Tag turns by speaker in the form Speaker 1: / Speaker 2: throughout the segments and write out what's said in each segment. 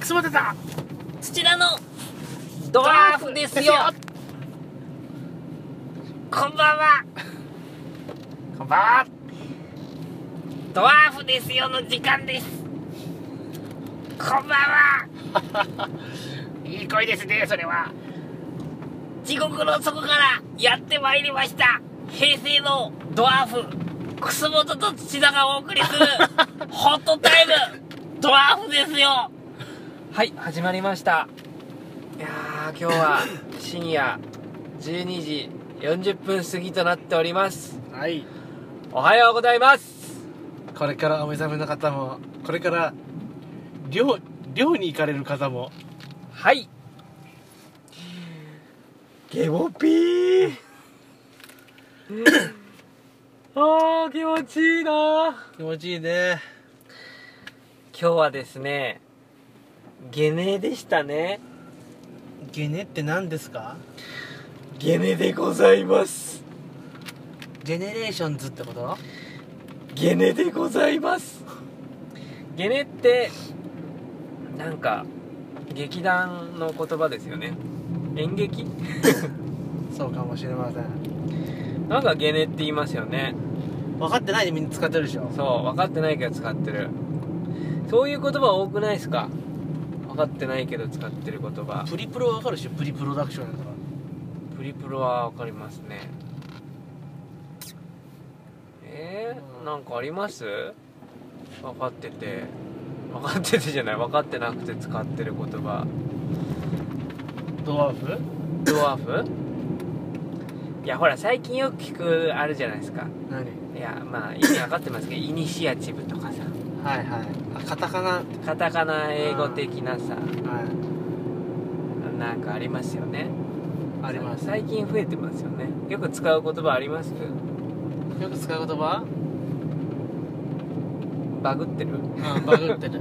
Speaker 1: 楠本だ
Speaker 2: 土田のドワーフですよこんばんは
Speaker 1: こんばんは
Speaker 2: ドワーフですよの時間ですこんばんはい
Speaker 1: い声ですねそれは
Speaker 2: 地獄の底からやってまいりました平成のドワーフ楠本と土田がお送り するホットタイムドワーフですよ
Speaker 3: はい始まりましたいやー今日 は深夜12時40分過ぎとなっております
Speaker 1: はい
Speaker 3: おはようございます
Speaker 1: これからお目覚めの方もこれから寮寮に行かれる方も
Speaker 3: はいゲボピー あー気持ちいいな
Speaker 1: 気持ちいいね
Speaker 3: 今日はですねゲネでしたね
Speaker 1: ゲネって何ですか
Speaker 3: ゲネでございます
Speaker 1: ジェネレーションズってこと
Speaker 3: ゲネでございますゲネってなんか劇団の言葉ですよね演劇
Speaker 1: そうかもしれません
Speaker 3: なんかゲネって言いますよね
Speaker 1: 分かってないでみんな使ってるでしょ
Speaker 3: そう分かってないけど使ってるそういう言葉多くないですか分かってないけど使ってる言葉
Speaker 1: プリプロわかるでしょプリプロダクションだから
Speaker 3: プリプロは分かりますねえー、なんかあります分かってて分かっててじゃない分かってなくて使ってる言葉
Speaker 1: ドワーフ
Speaker 3: ドワーフいやほら最近よく聞くあるじゃないですか
Speaker 1: 何
Speaker 3: いやまあ意味分かってますけどイニシアチブとかさ
Speaker 1: はいはいあカタカナは
Speaker 3: カタカナ英語的なさ
Speaker 1: い
Speaker 3: なんかありますよね
Speaker 1: あります
Speaker 3: 最近増えてますよねよく使う言葉あります
Speaker 1: よく使う言葉
Speaker 3: バグってる
Speaker 1: うんバグってる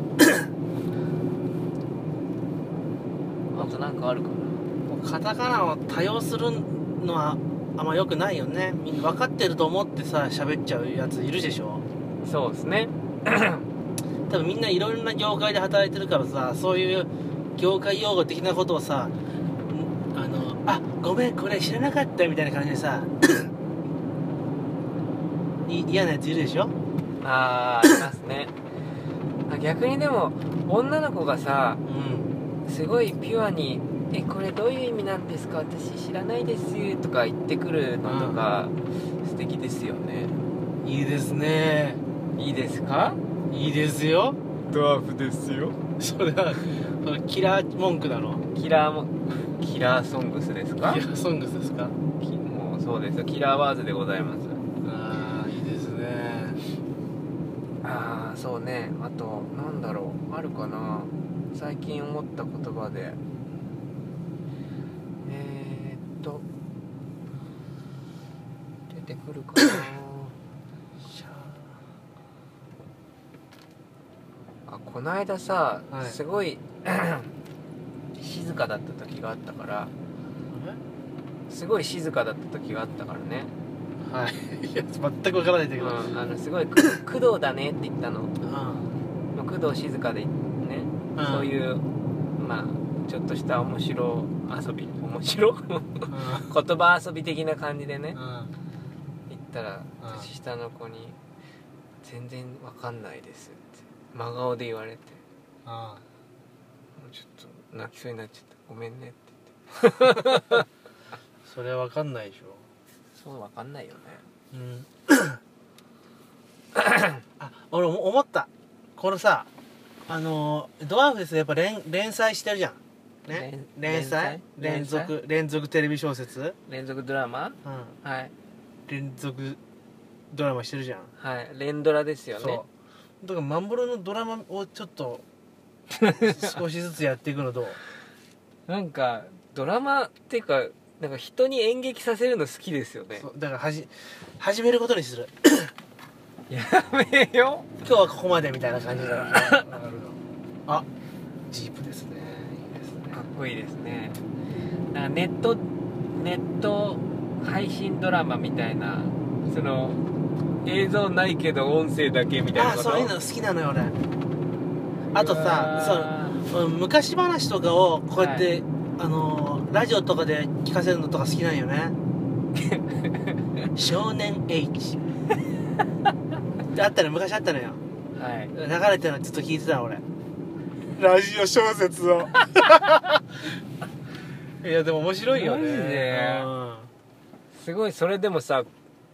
Speaker 3: あとなんかあるかな
Speaker 1: カタカナを多用するのはあんま良くないよねみんな分かってると思ってさ喋っちゃうやついるでしょ
Speaker 3: そうですね
Speaker 1: 多分みんないろいろな業界で働いてるからさそういう業界用語的なことをさんあのあごめんこれ知らなかったみたいな感じでさ い嫌なやついるでしょ
Speaker 3: あーありますねあ逆にでも女の子がさ
Speaker 1: うん
Speaker 3: すごいピュアに「えこれどういう意味なんですか私知らないです」とか言ってくるのとか、素敵ですよね
Speaker 1: いいですね
Speaker 3: いいですか
Speaker 1: いいですよ
Speaker 3: ドワーフですよ
Speaker 1: それはそれキラー文句だろ
Speaker 3: キラーもキラーソングスです
Speaker 1: キラ
Speaker 3: か
Speaker 1: ーソングスですか
Speaker 3: きもうそうですよキラーワーズでございます
Speaker 1: ああいいですね
Speaker 3: ああそうねあとなんだろうあるかな最近思った言葉でえー、っと出てくるかな
Speaker 1: しゃ
Speaker 3: あこないださ、
Speaker 1: はい
Speaker 3: すごい 静かだった時があったからすごい静かだった時があったからね、
Speaker 1: あはいいや全く分からないんだけど、
Speaker 3: うん、あのすごいく 工藤だねって言ったの
Speaker 1: うん
Speaker 3: まあ工藤静かでね、
Speaker 1: うん
Speaker 3: そういうまあちょっとした面白遊び面白
Speaker 1: うん
Speaker 3: 言葉遊び的な感じでね
Speaker 1: うん
Speaker 3: 言ったら
Speaker 1: うん
Speaker 3: 年下の子に「全然わかんないです」って真顔で言われて
Speaker 1: うん
Speaker 3: もうちょっと泣きそうになっちゃった「ごめんね」って言って
Speaker 1: それは分かんないでしょ
Speaker 3: そうわかんないよね
Speaker 1: うんあ俺お思ったこのさあのードワーフですやっぱ連連載してるじゃんね
Speaker 3: 連
Speaker 1: 連載連
Speaker 3: 連載
Speaker 1: 続連続テレビ小説、
Speaker 3: 連続ドラマ
Speaker 1: うん、
Speaker 3: はい
Speaker 1: 連続ドラマしてるじゃん
Speaker 3: はい連ドラですよね
Speaker 1: そうだからマンボロのドラマをちょっ と少しずつやっていくのどう
Speaker 3: なんかドラマっていうかなんか人に演劇させるの好きですよね
Speaker 1: そうだからはじ始めることにする
Speaker 3: やめよ
Speaker 1: 今日はここまでみたいな感じだからあジープですねいいですね
Speaker 3: かっこいいですねなんかネットネット配信ドラマみたいなその映像ないけど音声だけみたいな
Speaker 1: あ
Speaker 3: こ
Speaker 1: ー
Speaker 3: と
Speaker 1: そういうの好きなのよ俺あとさそう
Speaker 3: う
Speaker 1: うん昔話とかをこうやって、あのーラジオとかで聞かせるのとか好きなんよね少年 H ってあったの昔あったのよ
Speaker 3: はい
Speaker 1: 流れてるのずっと聞いてた俺ラジオ小説を いやでも面白いよね
Speaker 3: マジで
Speaker 1: うん
Speaker 3: すごいそれでもさ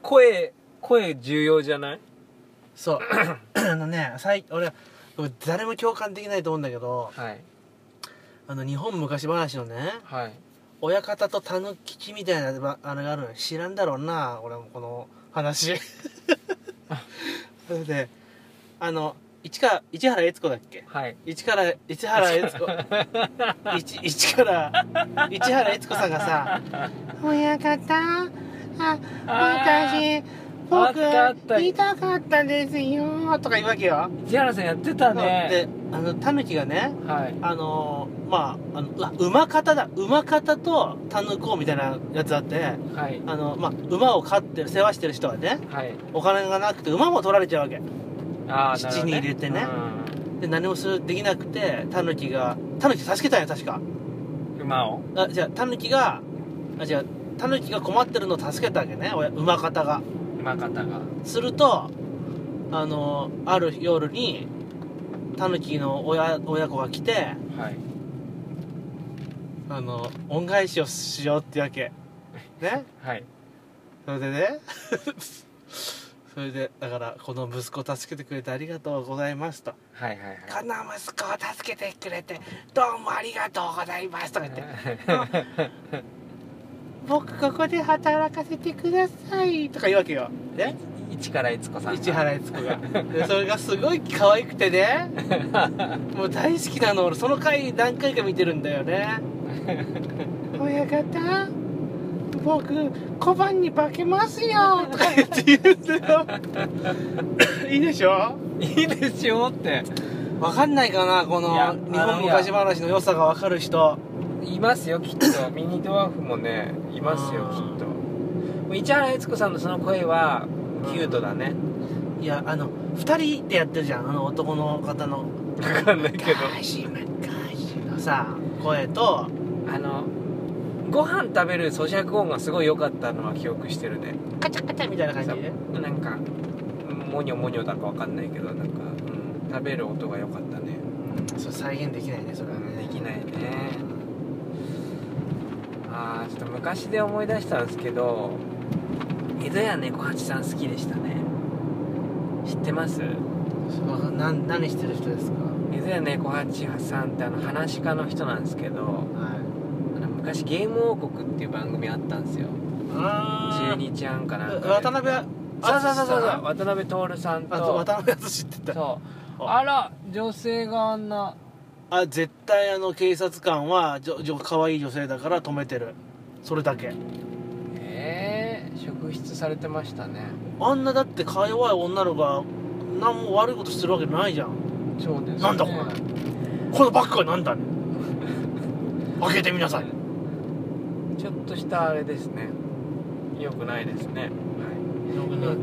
Speaker 3: 声声重要じゃない
Speaker 1: そうあのね最俺誰も共感できないと思うんだけど
Speaker 3: はい
Speaker 1: あの日本昔話のね
Speaker 3: はい
Speaker 1: 親方とたぬきちみたいなばあれがあるのよ知らんだろうな俺もこの 話それであの市川市原悦子だっけ
Speaker 3: はい
Speaker 1: 市原市原 悦子市市原市原悦子さんがさ「親方あ私
Speaker 3: あったあった
Speaker 1: 僕痛かったですよ」とか言うわけよ。
Speaker 3: 市原さんやってたね
Speaker 1: であのタヌキがね
Speaker 3: はい
Speaker 1: あのーまああのうわ馬方だ馬方とタヌ公みたいなやつあって
Speaker 3: はい
Speaker 1: あの、まあ、馬を飼ってる世話してる人はね
Speaker 3: はい
Speaker 1: お金がなくて馬も取られちゃうわけ
Speaker 3: ああ
Speaker 1: 七に入れてねで何もするできなくてタヌキがタヌキ助けたんよ確か
Speaker 3: 馬を
Speaker 1: あじゃあタヌキがあじゃあタヌキが困ってるのを助けたわけねおや馬方が
Speaker 3: 馬方が
Speaker 1: するとあのーある夜にタヌキの親親子が来て
Speaker 3: はい
Speaker 1: あの恩返しをしようってわけね
Speaker 3: はい
Speaker 1: それでね それでだからこの息子を助けてくれてありがとうございますと
Speaker 3: はいはい
Speaker 1: この息子を助けてくれてどうもありがとうございますとか言って
Speaker 3: はい
Speaker 1: 僕ここで働かせてくださいとか言うわけよね
Speaker 3: 市原悦子さん
Speaker 1: 市原悦子がでそれがすごい可愛くて ねもう大好きなの俺その回何回か見てるんだよ ね親方僕小判に化けますよとか言って言うんだよ いいでしょ
Speaker 3: いいでしょって
Speaker 1: わかんないかなこの
Speaker 3: いや
Speaker 1: 日本昔話の良さがわかる人
Speaker 3: いますよきっ とミニドワーフもねいますよきっと市原悦子さんのその声はキュートだね
Speaker 1: いやあの2人でやってるじゃんあの男の方の
Speaker 3: 分かんないけど
Speaker 1: ガシマガシのさ声と
Speaker 3: あのご飯食べる咀嚼音がすごい良かったのは記憶してるね
Speaker 1: カチャカチャみたいな感じでね
Speaker 3: そうなんかモニョモニョだか分かんないけどなんか、うん、食べる音が良かったね
Speaker 1: そう再現できないねそれはね
Speaker 3: できないねあーちょっと昔で思い出したんですけど江戸屋猫八さん好きでしたね知ってます
Speaker 1: そうな何してる人ですか
Speaker 3: 江戸屋猫八さんってあの話し家の人なんですけど
Speaker 1: はい
Speaker 3: あの昔「ゲーム王国」っていう番組あったんですよ中
Speaker 1: あ
Speaker 3: 日アンかなんかで
Speaker 1: 渡辺あ
Speaker 3: そうそうそうそう
Speaker 1: あ
Speaker 3: 渡辺徹さん
Speaker 1: あと
Speaker 3: と
Speaker 1: 渡辺淳って言った
Speaker 3: そうあら女性があんな
Speaker 1: あ絶対あの警察官はじょじょ可愛い女性だから止めてるそれだけ
Speaker 3: ええ職質されてましたね
Speaker 1: あんなだってか弱い女の子が何も悪いことしてるわけないじゃん
Speaker 3: そうです、ね、
Speaker 1: なんだこれこのバッグは何だね開けてみなさい
Speaker 3: ちょっとしたあれですね良くないですね、は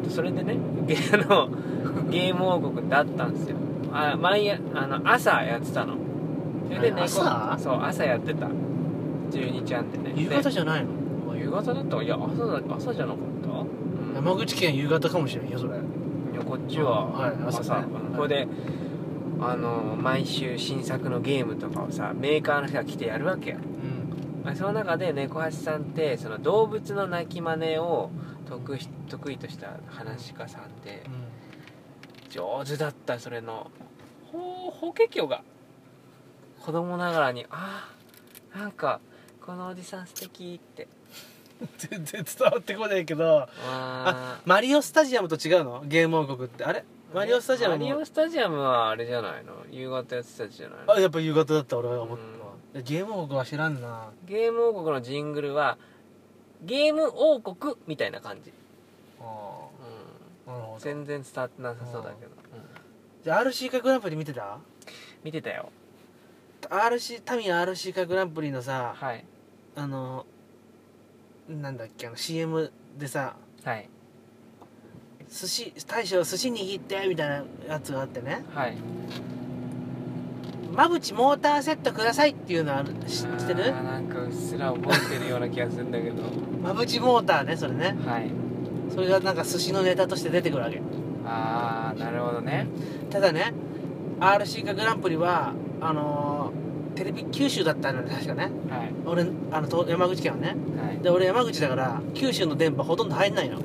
Speaker 3: い、それでね ゲあのゲーム王国だったんですよあ毎夜あの朝やってたのそれで猫
Speaker 1: 朝
Speaker 3: そう朝やってた12ちゃんってね
Speaker 1: 夕
Speaker 3: で
Speaker 1: 方じゃないの
Speaker 3: 夕方だったいや朝だ朝じゃなかった、うん
Speaker 1: 山口県夕方かもしれんよそれ
Speaker 3: いやこっちは、
Speaker 1: はい朝ね
Speaker 3: 朝これで、あの毎週新作のゲームとかをさメーカーの人が来てやるわけよ
Speaker 1: うん
Speaker 3: その中で猫橋さんってその動物の鳴き真似を得し得意とした話し家さんって上手だったそれのほう法華経が子供ながらにああなんかこのおじさん素敵って
Speaker 1: 全然伝わってこないけど
Speaker 3: あ
Speaker 1: マリオスタジアムと違うのゲーム王国ってあれマリオスタジアム
Speaker 3: マリ
Speaker 1: も
Speaker 3: オスタジアムはあれじゃないの夕方やってたやつじゃないの
Speaker 1: あやっぱ夕方だった俺は思ったのはゲーム王国は知らんな
Speaker 3: ゲーム王国のジングルはゲーム王国みたいな感じ、
Speaker 1: あ
Speaker 3: う
Speaker 1: あなるほ
Speaker 3: ん、
Speaker 1: ど
Speaker 3: 全然伝わってなさそうだけど、うん
Speaker 1: じゃあ RC カグランプリ見てた
Speaker 3: 見てたよ
Speaker 1: RC タミヤ RC カグランプリのさ
Speaker 3: はい
Speaker 1: あのなんだっけあの CM でさ
Speaker 3: はい
Speaker 1: 寿司大将寿司握ってみたいなやつがあってね
Speaker 3: はい
Speaker 1: まぶちモーターセットくださいっていうのある知ってる
Speaker 3: あーなんかうっすら覚えてるような気がするんだけ ど
Speaker 1: まぶちモーターねそれね
Speaker 3: はい
Speaker 1: それがなんか寿司のネタとして出てくるわけ
Speaker 3: ああなるほどね
Speaker 1: ただね RC 化グランプリはあのーテレビ九州だったのね確かね
Speaker 3: はい
Speaker 1: 俺あのと山口県はね
Speaker 3: はい
Speaker 1: で俺山口だから九州の電波ほとんど入んないの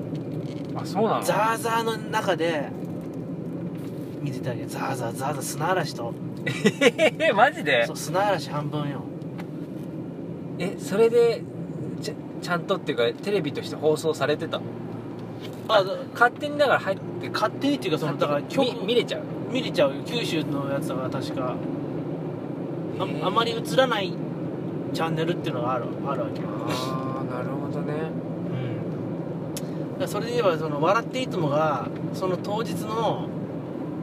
Speaker 3: あそうなの
Speaker 1: ザーザーの中で見てたわけザーザーザーザー砂嵐と
Speaker 3: えマジで
Speaker 1: そう砂嵐半分よ
Speaker 3: えそれでちゃちゃんとっていうかテレビとして放送されてたの
Speaker 1: あ
Speaker 3: 勝手にだから入って
Speaker 1: 勝手にっていうかそのだから曲
Speaker 3: み見れちゃう
Speaker 1: 見れちゃうよ九州のやつだから確かあ
Speaker 3: へー
Speaker 1: あまり映らないチャンネルっていうのがあるあるわけよ、
Speaker 3: ああなるほどね
Speaker 1: だからそれで言えば「その笑っていいとも」がその当日の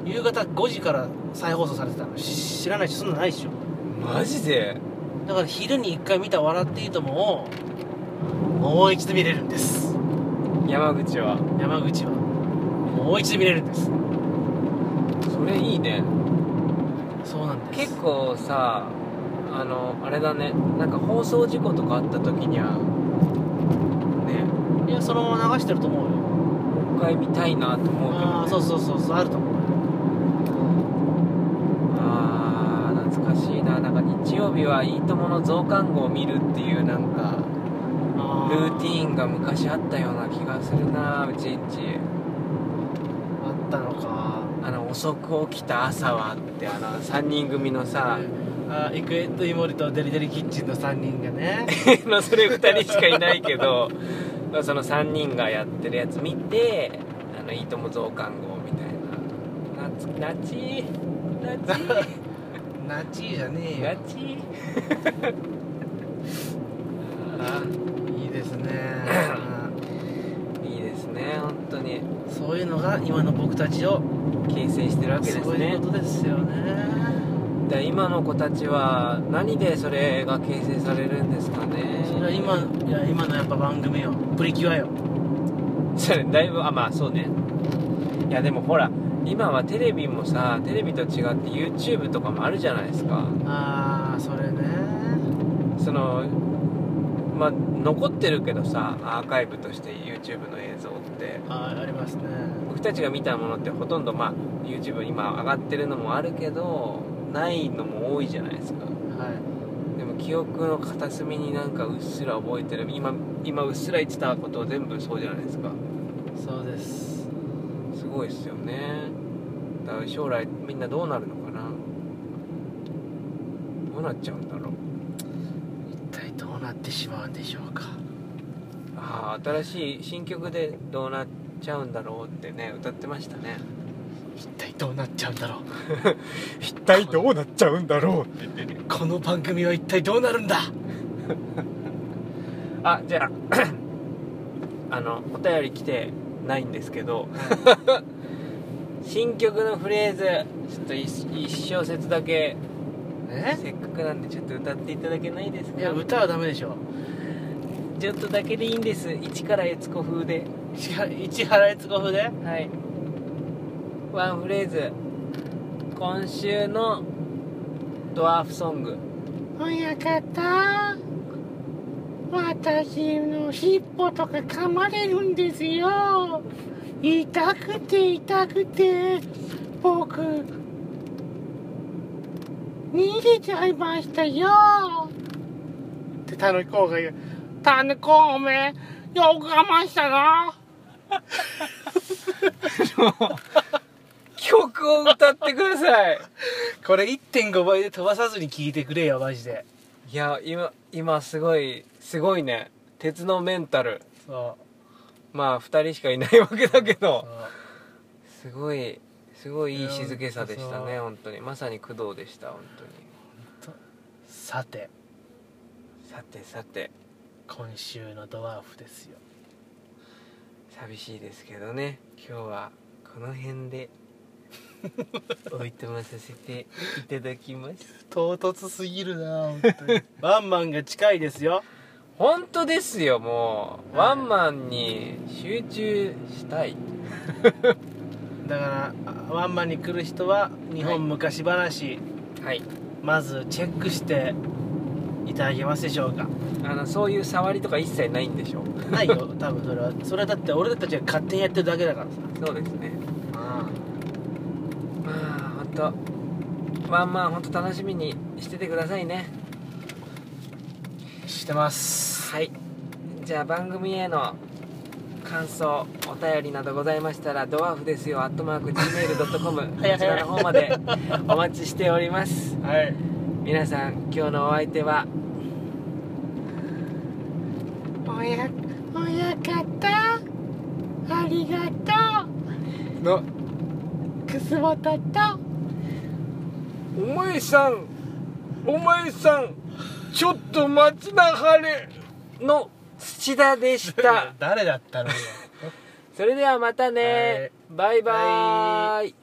Speaker 1: 夕方5時から再放送されてたのし知らないしそんなのないでしょ
Speaker 3: マジで
Speaker 1: だから昼に1回見た「笑っていいとも」をもう一度見れるんです
Speaker 3: 山口は
Speaker 1: 山口はもう一度見れるんです
Speaker 3: それいいね
Speaker 1: そうなんです
Speaker 3: 結構さあのあれだねなんか放送事故とかあった時にはね
Speaker 1: いやそのまま流してると思うよ
Speaker 3: もう一回見たいなと思うけど、ね、
Speaker 1: ああそうそうそうそうあると思う
Speaker 3: あー懐かしいななんか日曜日はいいともの増刊号を見るっていうなんか
Speaker 1: あ
Speaker 3: ルーティーンが昔あったような気がするなうちんち
Speaker 1: あったのか
Speaker 3: あの遅く起きた朝はってあの3人組のさ
Speaker 1: あイクエットイモリとデリデリキッチンの3人 がね
Speaker 3: のそれ2人しかいないけどまあその3人がやってるやつ見て「あのいいとも増刊号」みたいな「なつなちなち
Speaker 1: ナチーじゃねえ
Speaker 3: な
Speaker 1: よ
Speaker 3: ち
Speaker 1: あいいで すねあ
Speaker 3: いいですね本当に
Speaker 1: ーそういうのが今の僕たちを
Speaker 3: 形成してるわけです
Speaker 1: そうい
Speaker 3: ね
Speaker 1: うことですよね
Speaker 3: だ今の子たちは何でそれが形成されるんですかね
Speaker 1: それは今いや今のやっぱ番組よプリキュアよ
Speaker 3: それだいぶあまあそうねいやでもほら今はテレビもさテレビと違って YouTube とかもあるじゃないですか
Speaker 1: ああそれね
Speaker 3: そのまあ残ってるけどさアーカイブとして YouTube の映像って
Speaker 1: あーありますね
Speaker 3: 僕たちが見たものってほとんどまあ YouTube に今上がってるのもあるけどないのも多いじゃないですか
Speaker 1: はい
Speaker 3: でも記憶の片隅になんかうっすら覚えてる今今うっすら言ってたこと全部そうじゃないですか
Speaker 1: そうです
Speaker 3: すごいですよねだから将来みんなどうなるのかなどうなっちゃうんだろう
Speaker 1: 一体どうなってしまうんでしょうか
Speaker 3: ああ新しい新曲でどうなっちゃうんだろうってね歌ってましたね
Speaker 1: 一体どうなっちゃうんだろう
Speaker 3: 一体どうなっちゃうんだろうって言ってね
Speaker 1: この番組は一体どうなるんだ
Speaker 3: あじゃあ あのお便り来てないんですけど新曲のフレーズちょっと一一小節だけ
Speaker 1: え
Speaker 3: せっかくなんでちょっと歌っていただけないです
Speaker 1: いや
Speaker 3: か
Speaker 1: 歌はダメでしょ
Speaker 3: ちょっとだけでいいんです一から悦子風で
Speaker 1: 市原市原悦子風で
Speaker 3: はいワンフレーズ今週のドワーフソング
Speaker 1: 親方私の尻尾とか噛まれるんですよ痛くて痛くて僕逃げちゃいましたよってタヌキコウが言うタヌキコウおめえよく我慢したな
Speaker 3: 曲を歌ってくださ い
Speaker 1: これ1.5倍で飛ばさずに聞いてくれよマジで
Speaker 3: いや今今すごいすごいね鉄のメンタル
Speaker 1: そ
Speaker 3: まあ2人しかいないわけだけ
Speaker 1: う
Speaker 3: ど
Speaker 1: そ
Speaker 3: す
Speaker 1: う
Speaker 3: ごいすごいいい静けさでした
Speaker 1: い
Speaker 3: ね
Speaker 1: や
Speaker 3: 本当にまさに工藤でした本当に
Speaker 1: さて
Speaker 3: さてさて
Speaker 1: 今週のドワーフですよ
Speaker 3: 寂しいですけどね今日はこの辺 でおいとまさせていただきます
Speaker 1: 唐突すぎるな本当 にワンマンが近いですよ
Speaker 3: 本当ですよもう、
Speaker 1: はい
Speaker 3: ワンマンに集中したい
Speaker 1: だからあワンマンに来る人は日
Speaker 3: はい
Speaker 1: 本昔話、
Speaker 3: はい
Speaker 1: まずチェックしていただけますでしょうか
Speaker 3: あのそういう触りとか一切ないんでしょ
Speaker 1: ない よ多分それはそれはだって俺たちが勝手にやってるだけだからさ
Speaker 3: そうですねまあ本当ワンマン本当楽しみにしててくださいね
Speaker 1: してます
Speaker 3: はいじゃあ番組への感想お便りなどございましたらドワーフですよ gmail.com こちらの方までお待ちしております
Speaker 1: はい
Speaker 3: 皆さん今日のお相手は
Speaker 1: おやおやかったありがと
Speaker 3: の
Speaker 1: うくすぼたと
Speaker 3: お前さんお前さんちょっと待ちなはれの土田でした
Speaker 1: 誰だったのよ
Speaker 3: それではまたね、バイバーイ